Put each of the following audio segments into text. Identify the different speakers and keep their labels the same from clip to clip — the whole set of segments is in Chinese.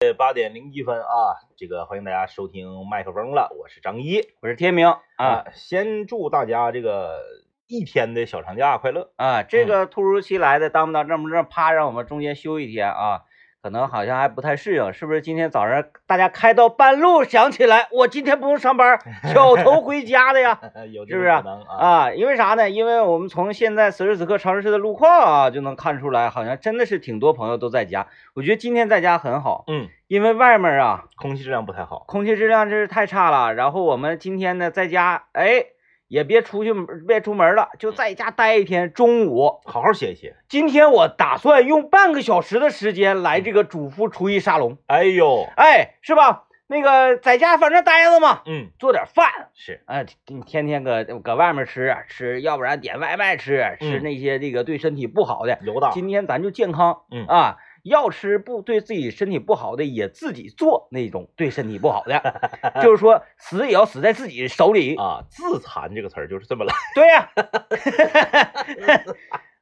Speaker 1: 呃，八点零一分啊，这个欢迎大家收听麦克风了，我是张一，
Speaker 2: 我是天明啊
Speaker 1: 啊，先祝大家这个一天的小长假快乐。
Speaker 2: 啊，这个突如其来的当不当正不正，啪让我们中间休一天啊，可能好像还不太适应，是不是？今天早上大家开到半路想起来，我今天不用上班，小头回家的呀
Speaker 1: 有这
Speaker 2: 是不
Speaker 1: 种可
Speaker 2: 是
Speaker 1: 能 啊？
Speaker 2: 啊！因为啥呢？因为我们从现在此时此刻长春市的路况啊，就能看出来，好像真的是挺多朋友都在家。我觉得今天在家很好，
Speaker 1: 嗯，
Speaker 2: 因为外面啊
Speaker 1: 空气质量不太好。
Speaker 2: 空气质量真是太差了。然后我们今天呢在家，哎，也别出去别出门了，就在家待一天。中午
Speaker 1: 好好歇一歇。
Speaker 2: 今天我打算用半个小时的时间来这个主妇厨艺沙龙，
Speaker 1: 哎呦，
Speaker 2: 哎，是吧？那个在家反正待着嘛，
Speaker 1: 嗯，
Speaker 2: 做点饭，
Speaker 1: 是，
Speaker 2: 哎，你天天搁搁外面吃吃，要不然点外卖吃，吃
Speaker 1: 嗯
Speaker 2: 那些这个对身体不好的。
Speaker 1: 有的。
Speaker 2: 今天咱就健康，
Speaker 1: 嗯
Speaker 2: 啊，要吃不对自己身体不好的，也自己做那种对身体不好的， 就是说死也要死在自己手里。
Speaker 1: 啊，自残这个词儿就是这么来。
Speaker 2: 对呀、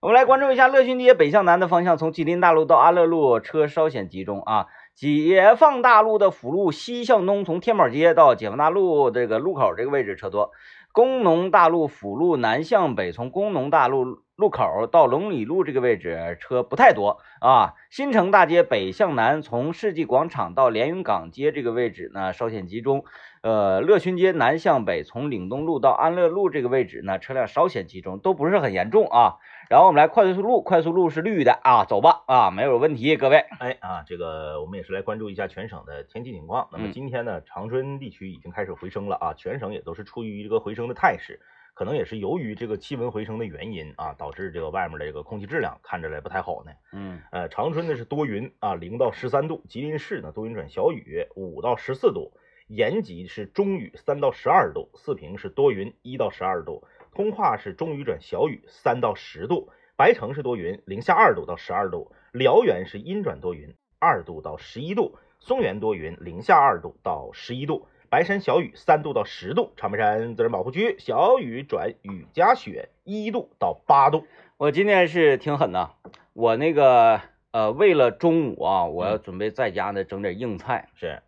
Speaker 2: 我们来关注一下乐群街北向南的方向，从吉林大路到安乐路车稍显集中啊。解放大路的辅路西向东，从天宝街到解放大路这个路口这个位置车多。工农大路辅路南向北，从工农大路路口到龙里路这个位置车不太多啊。新城大街北向南，从世纪广场到连云港街这个位置呢稍显集中。呃，乐群街南向北，从岭东路到安乐路这个位置呢车辆稍显集中，都不是很严重啊。然后我们来快速路，快速路是绿的啊，走吧啊，没有问题，各位。
Speaker 1: 哎啊，这个我们也是来关注一下全省的天气情况。那么
Speaker 2: 嗯
Speaker 1: 今天呢，长春地区已经开始回升了啊，全省也都是处于一个回升的态势。可能也是由于这个气温回升的原因啊，导致这个外面的这个空气质量看着来不太好呢。
Speaker 2: 嗯
Speaker 1: 呃，长春呢是多云啊，零到十三度；吉林市呢多云转小雨，五到十四度；延吉是中雨，三到十二度；四平是多云，一到十二度；通化是中雨转小雨，三到十度；白城是多云，零下二度到十二度；辽源是阴转多云，二度到十一度；松原多云，零下二度到十一度；白山小雨，三度到十度；长白山自然保护区小雨转雨夹雪，一度到八度。
Speaker 2: 我今天是挺狠呐，我那个呃，为了中午啊，我要
Speaker 1: 嗯
Speaker 2: 准备在家呢整点硬菜。
Speaker 1: 是，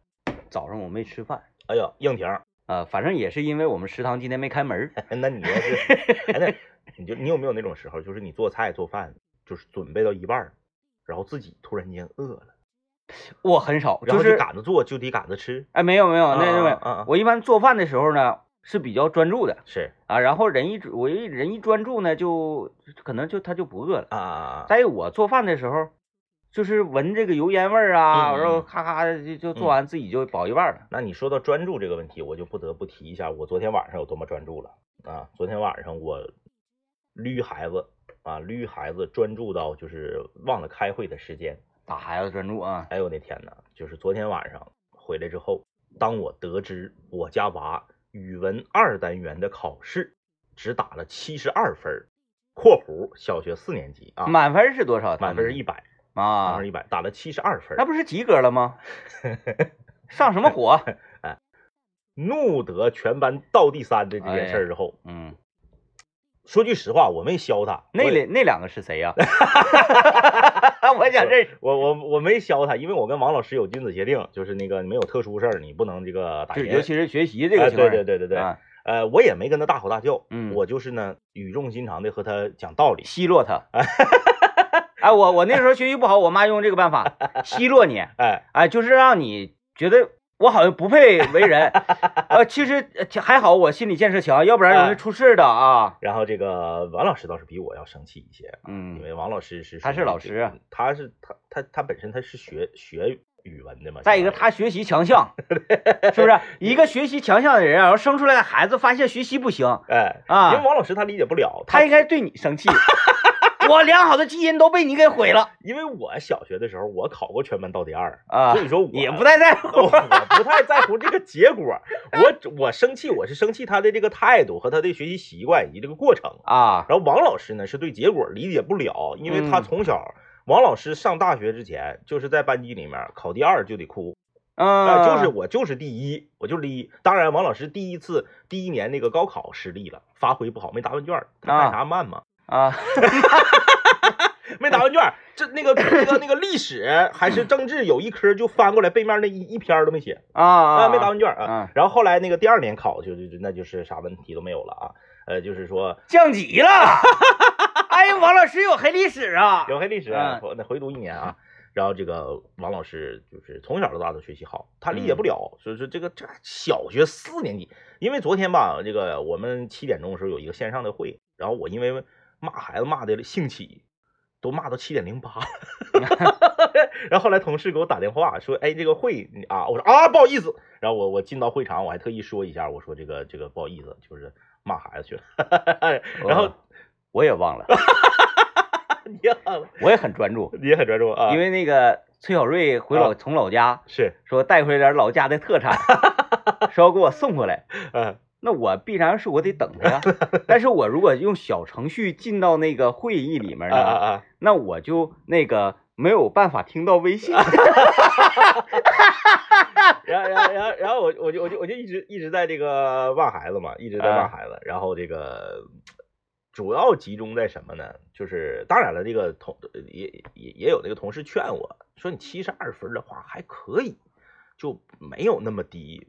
Speaker 2: 早上我没吃饭，
Speaker 1: 哎呀，硬挺儿。
Speaker 2: 呃，反正也是因为我们食堂今天没开门儿。
Speaker 1: 那你要 是，哎，那你就你有没有那种时候，就是你做菜做饭，就是准备到一半儿，然后自己突然间饿了，
Speaker 2: 我很少，
Speaker 1: 然后
Speaker 2: 是
Speaker 1: 就赶着做，就得赶着吃，
Speaker 2: 哎，没有没有，那那没
Speaker 1: 啊啊啊啊
Speaker 2: 有，我一般做饭的时候呢是比较专注的
Speaker 1: 是
Speaker 2: 啊，然后人一我一人一专注呢，就可能就他就不饿了。
Speaker 1: 啊啊啊，
Speaker 2: 再有我做饭的时候，就是闻这个油烟味儿啊，
Speaker 1: 嗯嗯嗯
Speaker 2: 然后咔咔就就做完自己就饱一半了。
Speaker 1: 那你说到专注这个问题，我就不得不提一下我昨天晚上有多么专注了啊！昨天晚上我捋孩子啊，捋孩子专注到就是忘了开会的时间，
Speaker 2: 打孩子专注啊，
Speaker 1: 哎呦我的天呐，就是昨天晚上回来之后，当我得知我家娃语文二单元的考试只打了七十二分儿（括弧小学四年级啊，
Speaker 2: 满分是多少？
Speaker 1: 满分是一百，满
Speaker 2: 啊
Speaker 1: 分，一百，打了七十二分
Speaker 2: 那
Speaker 1: 儿，
Speaker 2: 不是及格 了吗？上什么火？
Speaker 1: 怒得全班倒第三的这件事儿之后，
Speaker 2: 嗯，
Speaker 1: 说句实话，我没削他，
Speaker 2: 那
Speaker 1: 我
Speaker 2: 里那两个是谁 呀、我想认识，
Speaker 1: 我我我没削他，因为我跟王老师有君子协定，就是那个你没有特殊事儿，你不能这个打
Speaker 2: 就是
Speaker 1: 人，
Speaker 2: 尤其是学习这个
Speaker 1: 哎
Speaker 2: 情况
Speaker 1: 对
Speaker 2: 下，
Speaker 1: 对对对对，
Speaker 2: 啊，
Speaker 1: 呃，我也没跟他大吼大叫，
Speaker 2: 嗯
Speaker 1: 我就是呢语重心长的和他讲道理。
Speaker 2: 奚 落他。哎，我我那时候学习不好，我妈用这个办 法奚落你，
Speaker 1: 哎，
Speaker 2: 哎，就是让你觉得我好像不配为人。呃，其实呃还好我心理建设强，要不然容易出事的啊。
Speaker 1: 然后这个王老师倒是比我要生气一些，因
Speaker 2: 嗯，
Speaker 1: 为王老师是
Speaker 2: 他是
Speaker 1: 属于
Speaker 2: 老
Speaker 1: 这嗯
Speaker 2: 师啊，
Speaker 1: 他是他他他本身他是学学语文的嘛。
Speaker 2: 再一个
Speaker 1: 相当于
Speaker 2: 他学习强 项，是不是？一个学习强项的人，然后生出来的孩子发现学习不行，
Speaker 1: 哎，
Speaker 2: 啊
Speaker 1: 因为王老师他理解不了，
Speaker 2: 他应该对 你生气。我良好的基因都被你给毁了
Speaker 1: 因为我小学的时候我考过全班倒第二，
Speaker 2: 啊
Speaker 1: 所！以说我
Speaker 2: 也不太在乎。
Speaker 1: 我我不太在乎这个结果，我我生气我是生气他的这个态度和他的学习习惯以及这个过程。
Speaker 2: 啊，
Speaker 1: 然后王老师呢是对结果理解不了，因为他
Speaker 2: 嗯
Speaker 1: 从小、王老师上大学之前就是在班级里面考第二就得哭，
Speaker 2: 嗯，
Speaker 1: 啊，就是我就是第一，我就是第一。当然，王老师第一次第一年那个高啊考失利了，发挥不好，没答问卷儿，他干啥慢嘛？
Speaker 2: 啊，
Speaker 1: 没答完卷儿，这那个那个那个历史还是政治有一科就翻过来，背面那一一篇儿都没写
Speaker 2: 啊啊
Speaker 1: 啊，没答完卷儿啊。
Speaker 2: 啊，
Speaker 1: 然后后来那个第二年考就就就那就是啥问题都没有了啊，呃，就是说
Speaker 2: 降 级了。哎呀，王老师有黑历史啊！
Speaker 1: 有黑历史啊，那回读一年啊。然后这个王老师就是从小到大都学习好，他
Speaker 2: 嗯
Speaker 1: 理解不了，所以说这个这小学四年级，因为昨天吧，这个我们七点钟的时候有一个线上的会，然后我因为骂孩子骂的兴起，都骂到七点零八， 然后后来同事给我打电话说，哎，这个会你啊，我说啊不好意思，然后我我进到会场，我还特意说一下，我说这个这个不好意思，就是骂孩子去了， 然后
Speaker 2: 哦我也忘了，
Speaker 1: 你也很
Speaker 2: 我也很专注，
Speaker 1: 你也很专注啊，
Speaker 2: 因为那个崔小瑞回老从老家
Speaker 1: 是
Speaker 2: 说带回点老家的特 产，说要给我送回来。
Speaker 1: 嗯。
Speaker 2: 那我必然是我得等 他呀，但是我如果用小程序进到那个会议里面
Speaker 1: 啊啊
Speaker 2: 呢，
Speaker 1: 啊！
Speaker 2: 那我就那个没有办法听到微
Speaker 1: 啊
Speaker 2: 信。
Speaker 1: 然后然后然后然后我我就我就我就一直一直在这个骂孩子嘛，一直在骂
Speaker 2: 啊
Speaker 1: 孩子。然后这个主要集中在什么呢？就是当然了，这个同也也也有那个同事劝我说，你七十二分的话还可以，就没有那么低，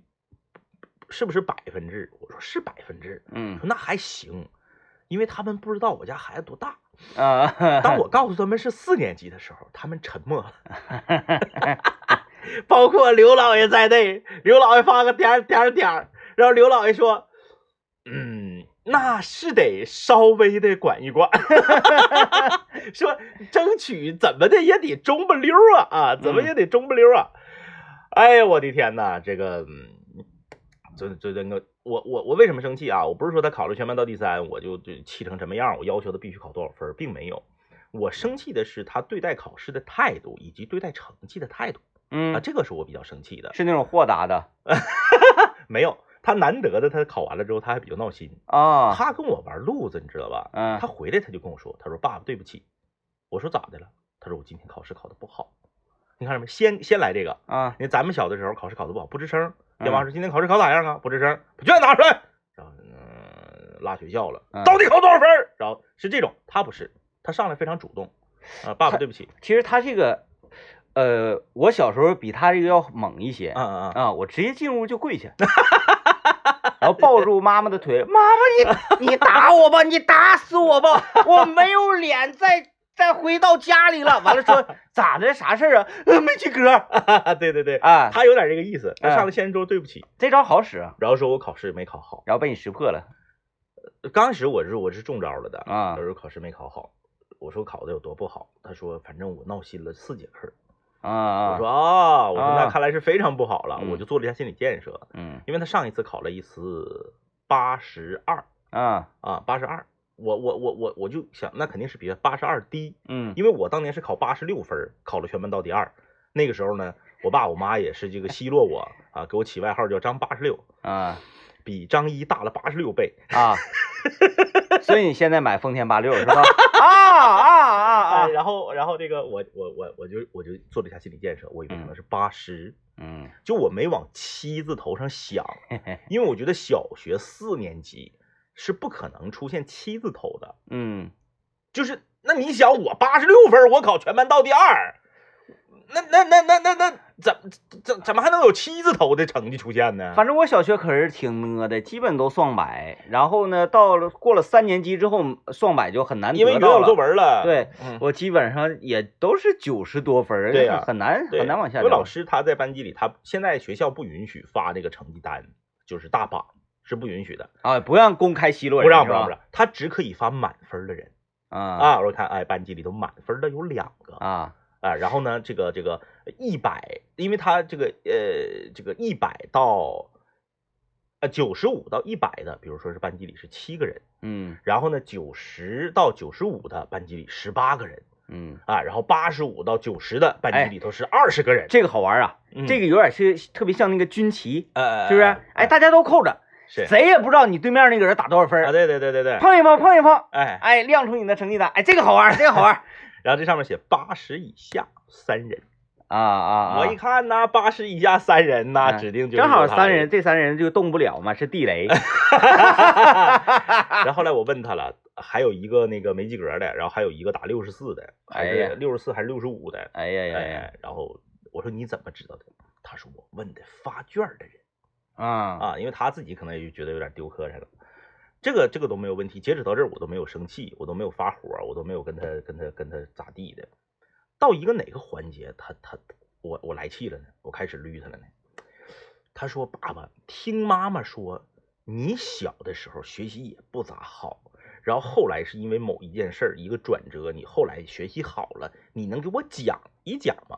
Speaker 1: 是不是百分制？我说是百分制，
Speaker 2: 嗯
Speaker 1: 说那还行。因为他们不知道我家孩子多大，
Speaker 2: 啊，
Speaker 1: 当我告诉他们是四年级的时候，他们沉默了。 包括刘老爷在内，刘老爷发个点儿点儿点儿，然后刘老爷说：“嗯，那是得稍微的管一管， 说争取怎么的也得中不溜儿啊啊，怎么
Speaker 2: 嗯
Speaker 1: 也得中不溜儿啊。哎呀，我的天呐，这个，嗯这这这个，我我我为什么生气啊？我不是说他考了全班到第三，我就就气成什么样，我要求他必须考多少分儿，并没有。我生气的是他对待考试的态度，以及对待成绩的态度。啊，
Speaker 2: 嗯，
Speaker 1: 这个是我比较生气的。
Speaker 2: 是那种豁达的
Speaker 1: 没有，他难得的，他考完了之后，他还比较闹心。
Speaker 2: 啊，
Speaker 1: 他跟我玩路子，你知道吧？
Speaker 2: 嗯
Speaker 1: 他回来他就跟我说，他说爸爸对不起。我说咋的了？他说我今天考试考的不好。你看什么？先先来这个。
Speaker 2: 啊，
Speaker 1: 你咱们小的时候考试考的不好，不吱声。
Speaker 2: 嗯
Speaker 1: 爹妈说今天考试考咋样啊？不吱声。把卷拿出来。然后嗯、落学校了
Speaker 2: 嗯，
Speaker 1: 到底考多少分儿？然后是这种，他不是，他上来非常主动。啊，爸爸对不起。
Speaker 2: 其实他这个，呃，我小时候比他这个要猛一些
Speaker 1: 嗯嗯嗯。
Speaker 2: 啊，我直接进屋就跪下，然后抱住妈妈的 腿，妈妈你你打我吧，你打死我吧，我没有脸再再回到家里了。完了说咋的啥事儿啊？ 呃没及格
Speaker 1: 对对对，
Speaker 2: 啊，
Speaker 1: 他有点这个意思。他
Speaker 2: 嗯
Speaker 1: 上来先说对不起，
Speaker 2: 这招好使，啊
Speaker 1: 然后说我考试没考好。
Speaker 2: 然后被你识破了
Speaker 1: 刚开始我是我是中招了的，
Speaker 2: 啊
Speaker 1: 我说考试没考好，我说考的有多不好，他说反正我闹心了四节课，
Speaker 2: 啊
Speaker 1: 我
Speaker 2: 啊
Speaker 1: 说，啊，我说
Speaker 2: 啊
Speaker 1: 那看来是非常不好了，
Speaker 2: 嗯
Speaker 1: 我就做了一下心理建设，
Speaker 2: 嗯
Speaker 1: 因为他上一次考了一次八十二
Speaker 2: 啊
Speaker 1: 啊，八十二，我我我我我就想那肯定是比八十二低，
Speaker 2: 嗯
Speaker 1: 因为我当年是考八十六分儿，考了全班倒第二，那个时候呢，我爸我妈也是这个奚落我啊，给我起外号叫张八十六，
Speaker 2: 啊
Speaker 1: 比张一大了八十六倍。
Speaker 2: 啊，所以你现在买丰田八六是吧？ 啊啊啊
Speaker 1: 哎，
Speaker 2: 啊，
Speaker 1: 然后然后这个我我我我就我就做了一下心理建设，我以为可能是八十、
Speaker 2: 嗯
Speaker 1: 就我没往七字头上想，因为我觉得小学四年级是不可能出现七字头的，
Speaker 2: 嗯。
Speaker 1: 就是那你想我八十六分儿，我考全班倒第二。那那那那那那怎怎怎么还能有七字头的成绩出现呢？
Speaker 2: 反正我小学可是挺呢的，基本都双百。然后呢，到了过了三年级之后，双百就很难
Speaker 1: 因为
Speaker 2: 得
Speaker 1: 语
Speaker 2: 到
Speaker 1: 文有作
Speaker 2: 了。
Speaker 1: 文了，
Speaker 2: 对
Speaker 1: 嗯，
Speaker 2: 我基本上也都是九十多分儿，
Speaker 1: 对呀
Speaker 2: 很难
Speaker 1: 对
Speaker 2: 很难往下
Speaker 1: 因为老
Speaker 2: 聊。
Speaker 1: 师他在班级里，他现在学校不允许发这个成绩单，就是大榜是不允许的。
Speaker 2: 啊，不让公开奚落人，
Speaker 1: 不让
Speaker 2: 是
Speaker 1: 不
Speaker 2: 吧
Speaker 1: 让不让，他只可以发满分的人
Speaker 2: 啊
Speaker 1: 啊！我看哎，班级里头满分的有两个啊、
Speaker 2: 啊
Speaker 1: 然后呢，这个这个一百，因为他这个呃这个一百到呃九十五到一百的，比如说是班级里是七个人，
Speaker 2: 嗯
Speaker 1: 然后呢九十到九十五的班级里十八个人
Speaker 2: 嗯，
Speaker 1: 啊，然后八十五到九十的班级里头是二十个人，
Speaker 2: 哎这个好玩啊，
Speaker 1: 嗯
Speaker 2: 这个有点是特别像那个军旗，
Speaker 1: 呃
Speaker 2: 是不是？哎，大家都扣着，
Speaker 1: 是
Speaker 2: 谁也不知道你对面那个人打多少分
Speaker 1: 啊，
Speaker 2: 儿，
Speaker 1: 对对对对对，
Speaker 2: 碰一碰碰一碰，
Speaker 1: 哎，
Speaker 2: 哎，亮出你的成绩单，哎，这个好玩儿，这个好玩儿
Speaker 1: 然后这上面写八十以下三人。
Speaker 2: 啊啊啊！
Speaker 1: 我一看呐，八十以下三人呐，
Speaker 2: 嗯
Speaker 1: 指定就是
Speaker 2: 正好
Speaker 1: 他
Speaker 2: 三
Speaker 1: 了
Speaker 2: 哎人，。这三人就动不了嘛，是地雷。
Speaker 1: 然后后来我问他了，还有一个那个没及格的，然后还有一个打六十四的，还
Speaker 2: 哎呀
Speaker 1: 是六十四还是六十五的，
Speaker 2: 哎呀呀呀，
Speaker 1: 哎，然后我说你怎么知道的？他说我问的发卷儿的人
Speaker 2: 啊
Speaker 1: 啊，因为他自己可能也就觉得有点丢磕碜了。这个这个都没有问题，截止到这儿我都没有生气，我都没有发火，我都没有跟他跟他跟他咋地的。到一个哪个环节，他他我我来气了呢，我开始捋他了呢。他说：“爸爸，听妈妈说，你小的时候学习也不咋好，然后后来是因为某一件事儿一个转折，你后来学习好了，你能给我讲一讲吗？”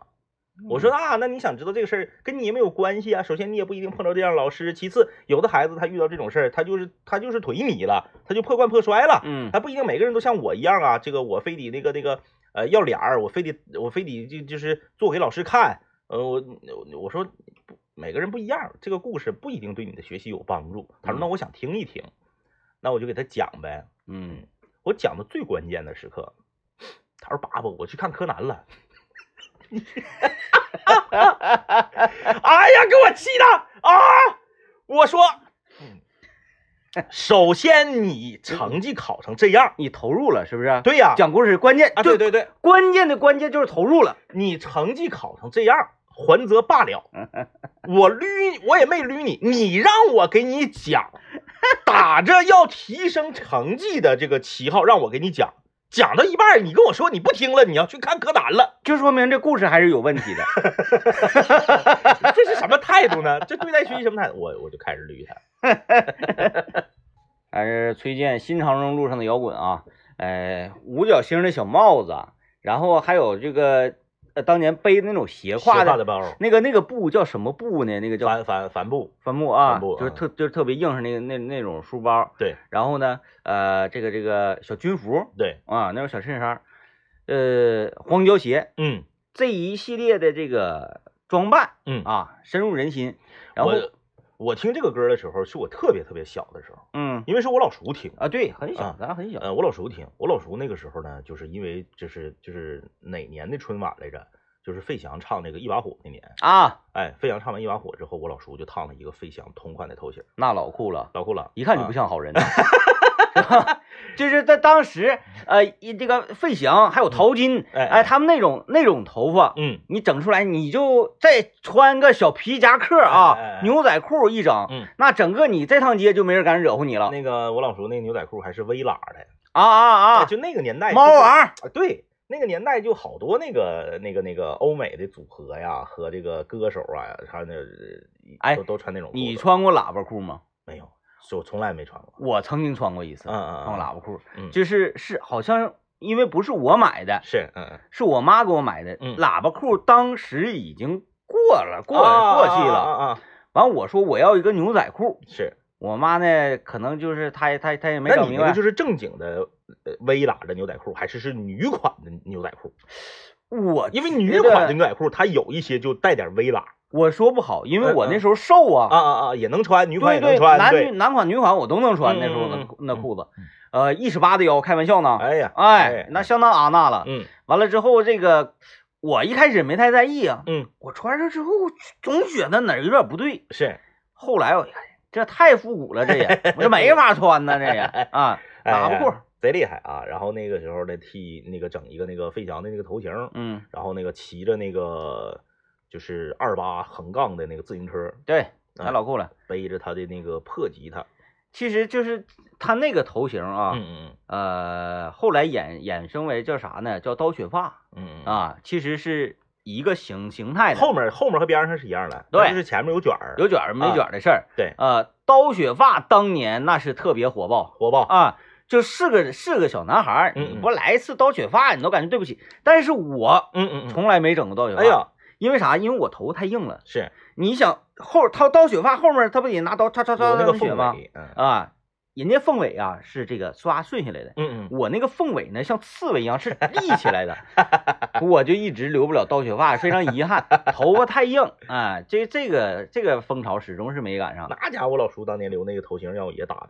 Speaker 1: 我
Speaker 2: 嗯
Speaker 1: 说啊，那你想知道这个事儿跟你也没有关系啊。首先，你也不一定碰到这样的老师；其次，有的孩子他遇到这种事儿，他就是他就是颓靡了，他就破罐破摔了。
Speaker 2: 嗯
Speaker 1: 他不一定每个人都像我一样啊。这个我非得那个那个呃要脸儿，我非得我非得就就是做给老师看。呃，我我我说不每个人不一样，这个故事不一定对你的学习有帮助。他说
Speaker 2: 嗯
Speaker 1: 那我想听一听，那我就给他讲呗。
Speaker 2: 嗯，
Speaker 1: 我讲的最关键的时刻，他说爸爸，我去看柯南了。 哎呀，给我气的啊！我说，嗯首先你成绩考成这样，
Speaker 2: 你投入了是不是？，
Speaker 1: 对呀、
Speaker 2: 讲故事关键
Speaker 1: 啊，对，对对，
Speaker 2: 关键的关键就是投入了。
Speaker 1: 你成绩考成这样，还则罢 了。我捋我也没捋你，你让我给你讲，打着要提升成绩的这个旗号，让我给你讲，讲到一半儿你跟我说你不听了，你要去看柯南了，
Speaker 2: 这说明这故事还是有 问题的。
Speaker 1: 这是什么态度呢？这对待学习什么态度？我我就开始捋 他。
Speaker 2: 还是崔健新长征路上的摇滚啊，呃，五角星的小帽子，然后还有这个呃当年背那种斜挎
Speaker 1: 挎
Speaker 2: 的
Speaker 1: 的包，
Speaker 2: 那个那个布叫什么布呢？那个叫
Speaker 1: 帆帆帆布，
Speaker 2: 帆布啊，
Speaker 1: 帆布
Speaker 2: 就是
Speaker 1: 啊
Speaker 2: 特就是特别硬是那个那那种书包，
Speaker 1: 对
Speaker 2: 然后呢，呃，这个这个小军服
Speaker 1: 对，
Speaker 2: 啊，那种小衬衫，呃，黄胶鞋，
Speaker 1: 嗯
Speaker 2: 这一系列的这个装扮
Speaker 1: 嗯。
Speaker 2: 啊，深入人心。然后
Speaker 1: 我我听这个歌的时候，是我特别特别小的时候，
Speaker 2: 嗯
Speaker 1: 因为是我老叔听。
Speaker 2: 啊，对，很小，
Speaker 1: 啊
Speaker 2: 咱很小，
Speaker 1: 呃，我老叔听，我老叔那个时候呢，就是因为就是就是哪年的春晚来着，就是费翔唱那个一把火那年，
Speaker 2: 啊，
Speaker 1: 哎，费翔唱完一把火之后，我老叔就烫了一个费翔同款的头型，
Speaker 2: 那老酷了。
Speaker 1: 老酷了，
Speaker 2: 一看就不
Speaker 1: 像，
Speaker 2: 像好人 呐、就是在当时，呃，一这个费翔还有陶金，
Speaker 1: 哎
Speaker 2: 哎，他们那种那种头发，
Speaker 1: 嗯
Speaker 2: 你整出来，你就再穿个小皮夹克
Speaker 1: 哎哎
Speaker 2: 啊，
Speaker 1: 哎
Speaker 2: 牛仔裤一整，
Speaker 1: 嗯，
Speaker 2: 那整个你这趟街就没人敢惹乎你了
Speaker 1: 那个我老叔那个牛仔裤还是微喇的，
Speaker 2: 啊啊
Speaker 1: 哎
Speaker 2: 啊！
Speaker 1: 就那个年代
Speaker 2: 猫
Speaker 1: 就是
Speaker 2: 王，
Speaker 1: 啊，对，那个年代就好多那个那个那个欧美的组合呀和这个歌手啊，还有那
Speaker 2: 哎
Speaker 1: 都都穿那种裤子，
Speaker 2: 你穿过喇叭裤吗？
Speaker 1: 没有？是我从来没穿过，
Speaker 2: 我曾经穿过一次，
Speaker 1: 嗯嗯嗯
Speaker 2: 穿过喇叭裤，
Speaker 1: 嗯
Speaker 2: 就是是好像因为不是我买的，
Speaker 1: 是，嗯嗯，
Speaker 2: 是我妈给我买的，
Speaker 1: 嗯
Speaker 2: 喇叭裤当时已经过了过
Speaker 1: 啊
Speaker 2: 过季了。
Speaker 1: 啊啊啊，啊
Speaker 2: 完，我说我要一个牛仔裤，
Speaker 1: 是。
Speaker 2: 我妈呢，可能就是她也她也她也没
Speaker 1: 那
Speaker 2: 整
Speaker 1: 你
Speaker 2: 明
Speaker 1: 那
Speaker 2: 白
Speaker 1: 个，就是正经的呃微喇的牛仔裤，还是是女款的牛仔裤？
Speaker 2: 我
Speaker 1: 因为
Speaker 2: 觉
Speaker 1: 女款
Speaker 2: 得
Speaker 1: 的牛仔裤它有一些就带点微喇
Speaker 2: 我说不好，因为
Speaker 1: 嗯
Speaker 2: 我
Speaker 1: 嗯
Speaker 2: 那时候瘦啊，
Speaker 1: 啊啊啊，也能穿，女款
Speaker 2: 对
Speaker 1: 也能
Speaker 2: 对，
Speaker 1: 穿，
Speaker 2: 男女
Speaker 1: 对，
Speaker 2: 男款女款我都能穿，
Speaker 1: 嗯
Speaker 2: 那时候
Speaker 1: 嗯
Speaker 2: 那
Speaker 1: 嗯嗯
Speaker 2: 那裤子
Speaker 1: 嗯，
Speaker 2: 呃，一尺八的腰，开玩笑呢，
Speaker 1: 哎呀，
Speaker 2: 哎，那相当阿娜了。
Speaker 1: 嗯
Speaker 2: 完了之后，这个我一开始没太在意啊，
Speaker 1: 嗯
Speaker 2: 我穿上之后我总觉得哪儿有点不对，
Speaker 1: 是，
Speaker 2: 后来我一看，这太复古了，这也我这没法穿呢，这也啊，
Speaker 1: 哎
Speaker 2: 喇叭裤，
Speaker 1: 贼厉害啊！然后那个时候呢，剃那个整一个那个费翔的那个头型，
Speaker 2: 嗯，
Speaker 1: 然后那个骑着那个就是二八横杠的那个自行车，
Speaker 2: 对，
Speaker 1: 哎
Speaker 2: 那老酷了。
Speaker 1: 背着他的那个破吉他，
Speaker 2: 其实就是他那个头型啊，
Speaker 1: 嗯嗯
Speaker 2: 呃，后来衍衍生为叫啥呢？叫刀雪发
Speaker 1: 嗯嗯嗯。
Speaker 2: 啊，其实是一个形形态的，
Speaker 1: 后面后面和边上是一样的，
Speaker 2: 对
Speaker 1: 那就是前面有卷儿，
Speaker 2: 有卷儿没卷儿的事儿。
Speaker 1: 啊对
Speaker 2: 呃，刀雪发当年那是特别火爆
Speaker 1: 火爆，
Speaker 2: 啊，就是个是个小男孩儿，
Speaker 1: 嗯嗯
Speaker 2: 你不来一次刀雪发，你都感觉对不起。但是我
Speaker 1: 嗯嗯嗯，
Speaker 2: 从来没整过刀雪发，
Speaker 1: 哎呀，
Speaker 2: 因为啥？因为我头太硬了。
Speaker 1: 是
Speaker 2: 你想后他刀雪发后面他不得拿刀叉叉叉
Speaker 1: 有那个
Speaker 2: 上去
Speaker 1: 凤
Speaker 2: 吗？
Speaker 1: 尾，嗯
Speaker 2: 啊，人家凤尾啊是这个刷顺下来的。
Speaker 1: 嗯嗯，
Speaker 2: 我那个凤尾呢，像刺猬一样是立起来的， 我就一直留不了刀雪发，非常遗憾，头发太硬啊。这这个这个风潮始终是没赶上。
Speaker 1: 那家伙老叔当年留那个头型让我爷打 的，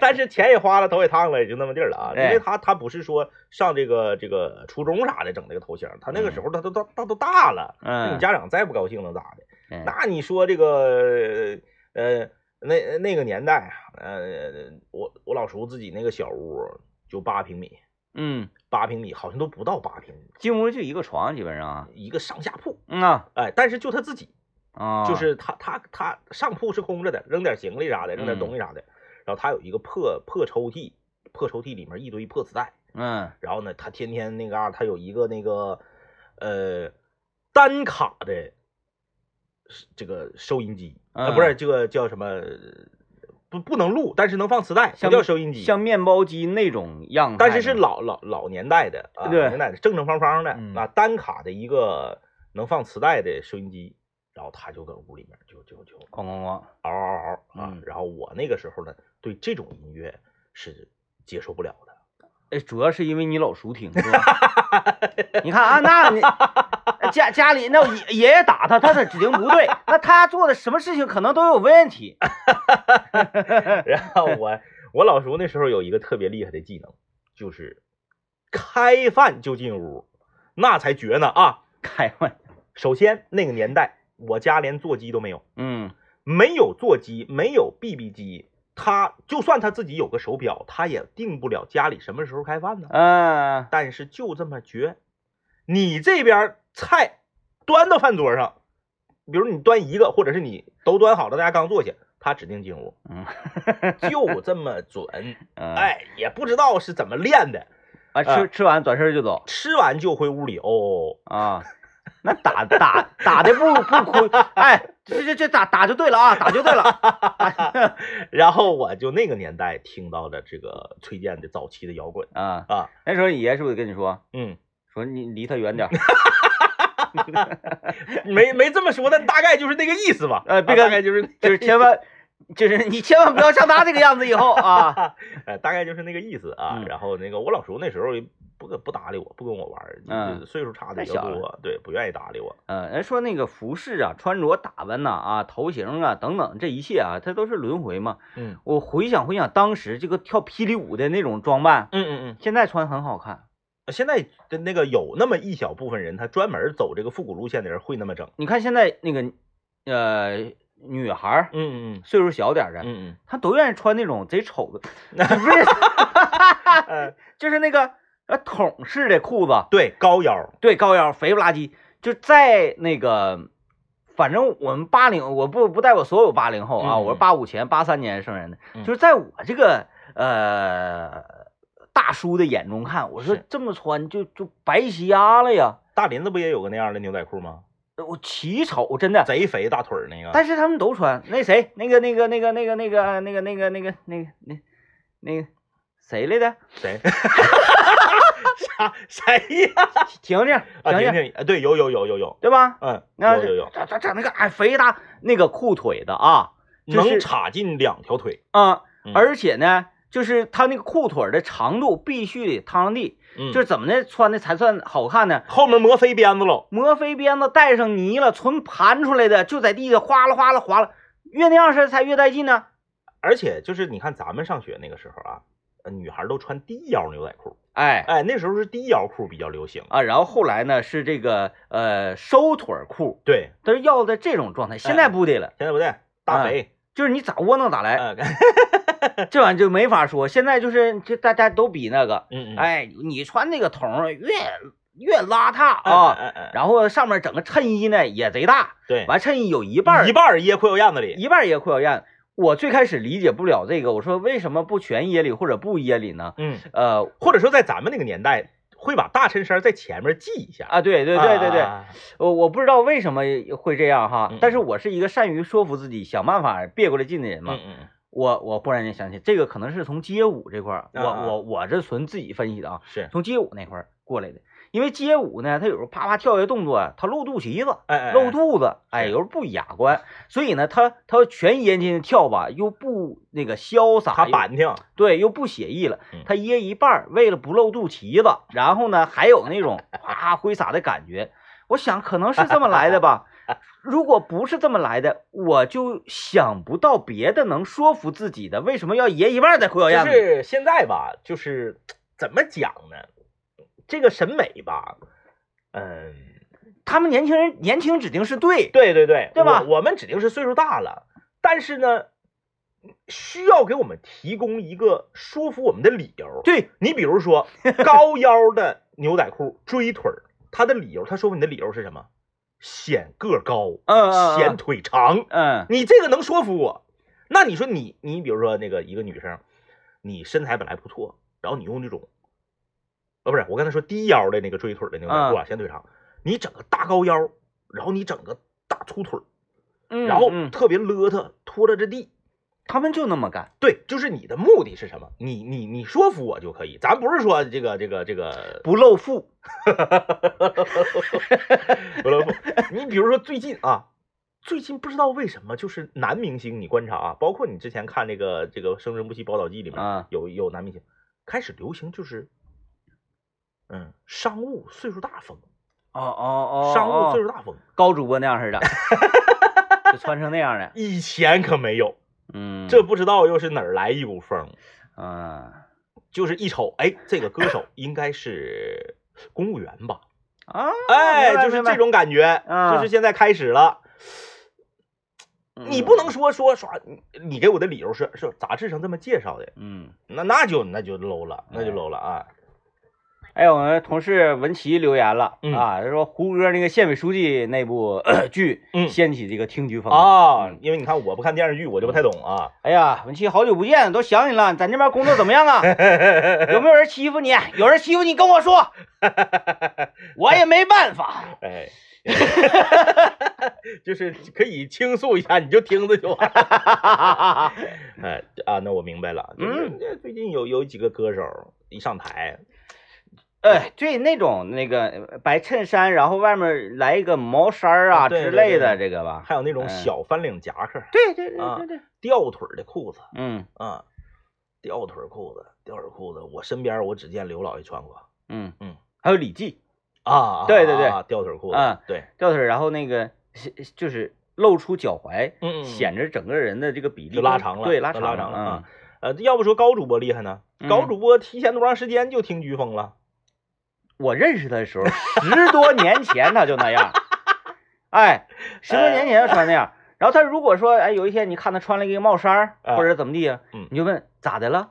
Speaker 1: 但是钱也花了，头也烫了，也就那么地儿了啊。因
Speaker 2: 哎
Speaker 1: 为他他不是说上这个这个初中啥的整那个头型，他那个时候他都他他都大了，那
Speaker 2: 嗯哎
Speaker 1: 你，家长再不高兴能咋的？
Speaker 2: 嗯
Speaker 1: 那你说这个呃那那个年代啊，呃，我我老叔自己那个小屋就八平米，
Speaker 2: 嗯，
Speaker 1: 八平米好像都不到八平米，
Speaker 2: 进屋就一个床，基本上啊，
Speaker 1: 一个上下铺，
Speaker 2: 嗯啊，
Speaker 1: 哎，但是就他自己，
Speaker 2: 啊，
Speaker 1: 就是他他他上铺是空着的，扔点行李啥的，扔
Speaker 2: 嗯
Speaker 1: 点东西啥的，然后他有一个破破抽屉，破抽屉里面一堆破磁带，
Speaker 2: 嗯，
Speaker 1: 然后呢，他天天那嘎、他有一个那个呃单卡的是这个收音机，啊、不
Speaker 2: 嗯
Speaker 1: 是这个叫什么，不不能录，但是能放磁带，不
Speaker 2: 像
Speaker 1: 叫收音机，
Speaker 2: 像面包机那种样态的，
Speaker 1: 但是是老老老年代的啊，
Speaker 2: 对
Speaker 1: 老年代的正正方方的、
Speaker 2: 嗯
Speaker 1: 啊，单卡的一个能放磁带的收音机，然后他就搁屋里面就就就
Speaker 2: 哐
Speaker 1: 嗷
Speaker 2: 哐哐，
Speaker 1: 嗷嗷啊、
Speaker 2: 嗯
Speaker 1: 然后我那个时候呢，对这种音乐是接受不了的。
Speaker 2: 哎，主要是因为你老熟听，是吧？ 你看啊，那你家家里那爷爷爷打他，他的指定不对，那他做的什么事情可能都有问题。
Speaker 1: 然后我我老叔那时候有一个特别厉害的技能，就是开饭就进屋，那才绝呢啊！
Speaker 2: 开玩笑，
Speaker 1: 首先那个年代，我家连座机都没有，
Speaker 2: 嗯
Speaker 1: 没有座机，没有 BB 机，他就算他自己有个手表，他也定不了家里什么时候开饭呢。
Speaker 2: 嗯、呃
Speaker 1: 但是就这么绝，你这边菜端到饭桌上，比如你端一个，或者是你都端好了，大家刚坐下，他指定进屋，
Speaker 2: 嗯，
Speaker 1: 就这么准。
Speaker 2: 嗯，
Speaker 1: 哎，也不知道是怎么练的，
Speaker 2: 啊，
Speaker 1: 哎
Speaker 2: 吃吃完转身就走
Speaker 1: 吃完就回屋里哦。
Speaker 2: 啊。那打打打的不不亏，哎，这这这打打就对了啊，打就对 了。
Speaker 1: 然后我就那个年代听到了这个崔健的早期的摇滚
Speaker 2: 啊，
Speaker 1: 啊，
Speaker 2: 那时候你爷是不是跟你说
Speaker 1: 嗯，
Speaker 2: 说你离他 远点儿？
Speaker 1: 没没这么说，但大概就是那个意思吧。
Speaker 2: 呃别
Speaker 1: 啊
Speaker 2: 跟
Speaker 1: 大概就是
Speaker 2: 就是千万，就是你千万不要像他这个样子以后啊。
Speaker 1: 呃，大概就是那个意思啊。
Speaker 2: 嗯
Speaker 1: 然后那个我老叔那时候也不跟不搭理我，不跟我玩儿，
Speaker 2: 嗯
Speaker 1: 岁数差的
Speaker 2: 太
Speaker 1: 比较
Speaker 2: 小了
Speaker 1: 多，对，不愿意搭理我。
Speaker 2: 呃，人说那个服饰啊、穿着打扮呐、啊、头型啊等等这一切啊，它都是轮回嘛。
Speaker 1: 嗯
Speaker 2: 我回想回想当时这个跳霹雳舞的那种装扮，
Speaker 1: 嗯嗯
Speaker 2: 现在穿很好看。
Speaker 1: 嗯，现在的那个有那么一小部分人，他专门走这个复古路线的人会那么整。
Speaker 2: 你看现在那个呃女孩儿
Speaker 1: 嗯
Speaker 2: 岁数小点儿的，
Speaker 1: 嗯
Speaker 2: 她都愿意穿那种贼丑的， 不是，
Speaker 1: 嗯，呃，
Speaker 2: 就是那个呃筒式的裤子，
Speaker 1: 对，高腰儿，
Speaker 2: 对，高腰肥不拉几，就在那个，反正我们八零，我不不代表所有八零后啊，
Speaker 1: 嗯
Speaker 2: 我是八五前八三年生人的，
Speaker 1: 嗯
Speaker 2: 就是在我这个呃大叔的眼中看，我说
Speaker 1: 是
Speaker 2: 这么穿就就白瞎了呀，
Speaker 1: 大林子不也有个那样的牛仔裤吗？
Speaker 2: 我奇丑真的。
Speaker 1: 贼肥大腿儿那个。
Speaker 2: 但是他们都穿，那谁，那个那个那个那个那个那个那个那个那个那那个谁来的？
Speaker 1: 谁？ 啥谁呀？
Speaker 2: 婷婷，
Speaker 1: 啊，
Speaker 2: 婷
Speaker 1: 婷
Speaker 2: 婷，
Speaker 1: 婷，啊对，有有有有有，
Speaker 2: 对吧？
Speaker 1: 嗯，
Speaker 2: 那
Speaker 1: 有有有，
Speaker 2: 整整整那个哎肥大那个裤腿的啊，就是
Speaker 1: 能插进两条腿。
Speaker 2: 啊、
Speaker 1: 嗯
Speaker 2: 而且呢，就是他那个裤腿儿的长度必须得趟上地，
Speaker 1: 嗯，
Speaker 2: 就是怎么的穿的才算好看呢？
Speaker 1: 后面磨飞鞭子喽。
Speaker 2: 摩飞鞭子带上泥了，纯盘出来的，就在地下哗啦哗啦哗啦，越那样式儿才越带劲呢。
Speaker 1: 而且就是你看咱们上学那个时候啊，呃女孩都穿低腰牛仔裤，
Speaker 2: 哎
Speaker 1: 哎，那时候是低腰裤比较流行。
Speaker 2: 啊，然后后来呢是这个呃收腿儿裤，
Speaker 1: 对，
Speaker 2: 都是要的这种状态，现
Speaker 1: 哎
Speaker 2: 在不得了，
Speaker 1: 现在不对，
Speaker 2: 嗯
Speaker 1: 大肥，
Speaker 2: 就是你咋窝囊咋来，
Speaker 1: 哎，嗯
Speaker 2: 这玩意儿就没法说。现在就是这大家都比那个，
Speaker 1: 嗯，
Speaker 2: 哎，你穿那个筒儿越越邋遢
Speaker 1: 哎
Speaker 2: 啊。
Speaker 1: 哎哎哎，
Speaker 2: 然后上面整个衬衣呢也贼大，
Speaker 1: 对，
Speaker 2: 完衬衣有一半儿
Speaker 1: 一半儿掖裤腰燕子里。
Speaker 2: 一半儿也裤腰燕。我最开始理解不了这个，我说为什么不全掖里或者不掖里呢？
Speaker 1: 嗯，
Speaker 2: 呃
Speaker 1: 或者说在咱们那个年代，会把大衬衫在前面系一下。
Speaker 2: 啊，对对对对对，
Speaker 1: 啊，
Speaker 2: 我我不知道为什么会这样哈
Speaker 1: 嗯，
Speaker 2: 但是我是一个善于说服自己、想办法别过来劲的人嘛。
Speaker 1: 嗯嗯，
Speaker 2: 我我忽然间想起，这个可能是从街舞这块儿，我
Speaker 1: 啊
Speaker 2: 我我这纯自己分析的啊，
Speaker 1: 是，
Speaker 2: 从街舞那块儿过来的。因为街舞呢，它有时候啪啪跳跃动作啊，它露肚脐子，
Speaker 1: 哎哎，哎
Speaker 2: 露，肚子，哎，
Speaker 1: 是
Speaker 2: 有时候不雅观，所以呢，他他全掖进去跳吧，又不那个潇洒，
Speaker 1: 他
Speaker 2: 又
Speaker 1: 板挺。
Speaker 2: 对，又不写意了
Speaker 1: 嗯。
Speaker 2: 他掖一半儿，为了不露肚脐子，然后呢，还有那种哗 挥洒的感觉。我想可能是这么来 的吧。如果不是这么来的，我就想不到别的能说服自己的，为什么要掖一半儿再裤腰
Speaker 1: 就
Speaker 2: 燕子？
Speaker 1: 是现在吧，就是怎么讲呢？这个审美吧，嗯，
Speaker 2: 他们年轻人年轻指定是对，
Speaker 1: 对对对，
Speaker 2: 对吧
Speaker 1: 我我们指定是岁数大了，但是呢，需要给我们提供一个说服我们的理由。
Speaker 2: 对，
Speaker 1: 你比如 说高腰的牛仔裤追腿儿，他的理由，他说服你的理由是什么？显个儿高，
Speaker 2: 嗯嗯
Speaker 1: 显
Speaker 2: 嗯
Speaker 1: 腿长。
Speaker 2: 嗯
Speaker 1: 你这个能说服我？那你说你你比如说那个一个女生，你身材本来不错，然后你用这种，哦不是，我刚才说低腰的那个追腿的那个
Speaker 2: 嗯
Speaker 1: 裤啊，显腿长，你整个大高腰，然后你整个大粗腿，
Speaker 2: 嗯，
Speaker 1: 然后
Speaker 2: 嗯
Speaker 1: 特别邋遢，拖着这地。
Speaker 2: 他们就那么干，
Speaker 1: 对，就是你的目的是什么？你你你说服我就可以，咱不是说这个这个这个
Speaker 2: 不露富。
Speaker 1: 不乐富。你比如说 最近啊，最近不知道为什么，就是男明星，你观察啊，包括你之前看那个这个《生生不息宝岛记》里面，
Speaker 2: 啊
Speaker 1: 有有男明星开始流行就是，嗯，商务岁数大风，
Speaker 2: 哦哦哦，
Speaker 1: 商
Speaker 2: 哦
Speaker 1: 务岁数大风，
Speaker 2: 高主播那样似 的，就穿成那样的。
Speaker 1: 以前可没有，
Speaker 2: 嗯，
Speaker 1: 这不知道又是哪儿来一股风，
Speaker 2: 嗯
Speaker 1: 就是一瞅，哎，这个歌手应该是公务员吧？
Speaker 2: 啊，明
Speaker 1: 哎，
Speaker 2: 白
Speaker 1: 就是
Speaker 2: 明白
Speaker 1: 这种感觉，
Speaker 2: 啊
Speaker 1: 就是现在开始了。你不
Speaker 2: 嗯
Speaker 1: 能说说说，你你给我的理由是是杂志上这么介绍的，
Speaker 2: 嗯。
Speaker 1: 那那就那就 low 了，那就
Speaker 2: 哎
Speaker 1: low 了啊！
Speaker 2: 哎，我们同事文琪留言了、
Speaker 1: 嗯
Speaker 2: 啊，他说胡歌那个县委书记那部 剧
Speaker 1: 嗯
Speaker 2: 掀起这个听觉风潮。
Speaker 1: 啊
Speaker 2: 嗯，
Speaker 1: 因为你看我不看电视剧，我就不太懂啊。
Speaker 2: 哎呀，文琪好久不见，都想你了，咱这边工作怎么样 啊？有没有人欺负你？有人欺负你跟我 说，我也没办 法。
Speaker 1: 哎， 就是可以倾诉一下，你就听着就完。 哎啊，那我明白了，就是
Speaker 2: 嗯
Speaker 1: 这最近有有几个歌手一上台，
Speaker 2: 哎，对，那种那个白衬衫，然后外面来一个毛衫儿啊
Speaker 1: 啊对
Speaker 2: 之
Speaker 1: 对
Speaker 2: 类的，
Speaker 1: 对
Speaker 2: 这个吧。
Speaker 1: 还有那种
Speaker 2: 嗯
Speaker 1: 小翻领夹克、
Speaker 2: 对对对
Speaker 1: 啊
Speaker 2: 对对，
Speaker 1: 吊腿儿的裤子
Speaker 2: 嗯
Speaker 1: 啊，吊腿儿裤子，吊腿儿裤子，我身边我只见刘老爷穿过
Speaker 2: 嗯
Speaker 1: 嗯，
Speaker 2: 还有李记。
Speaker 1: 啊，
Speaker 2: 对对对
Speaker 1: 啊吊腿儿裤子，
Speaker 2: 啊
Speaker 1: 对，
Speaker 2: 吊腿儿，然后那个是就是露出脚踝，
Speaker 1: 嗯
Speaker 2: 显着整个人的这个比例
Speaker 1: 就拉长了，
Speaker 2: 对，拉
Speaker 1: 长
Speaker 2: 长
Speaker 1: 长了
Speaker 2: 嗯
Speaker 1: 啊。呃，要不说高主播厉害呢？高
Speaker 2: 嗯
Speaker 1: 主播提前多长时间就听飓风了？
Speaker 2: 我认识他的时候，十多年前他就那 样，哎，十多年前就穿那样。然后他如果说，哎，有一天你看他穿了一个帽衫儿
Speaker 1: 哎
Speaker 2: 或者怎么地呀
Speaker 1: 嗯，
Speaker 2: 你就问咋 的了，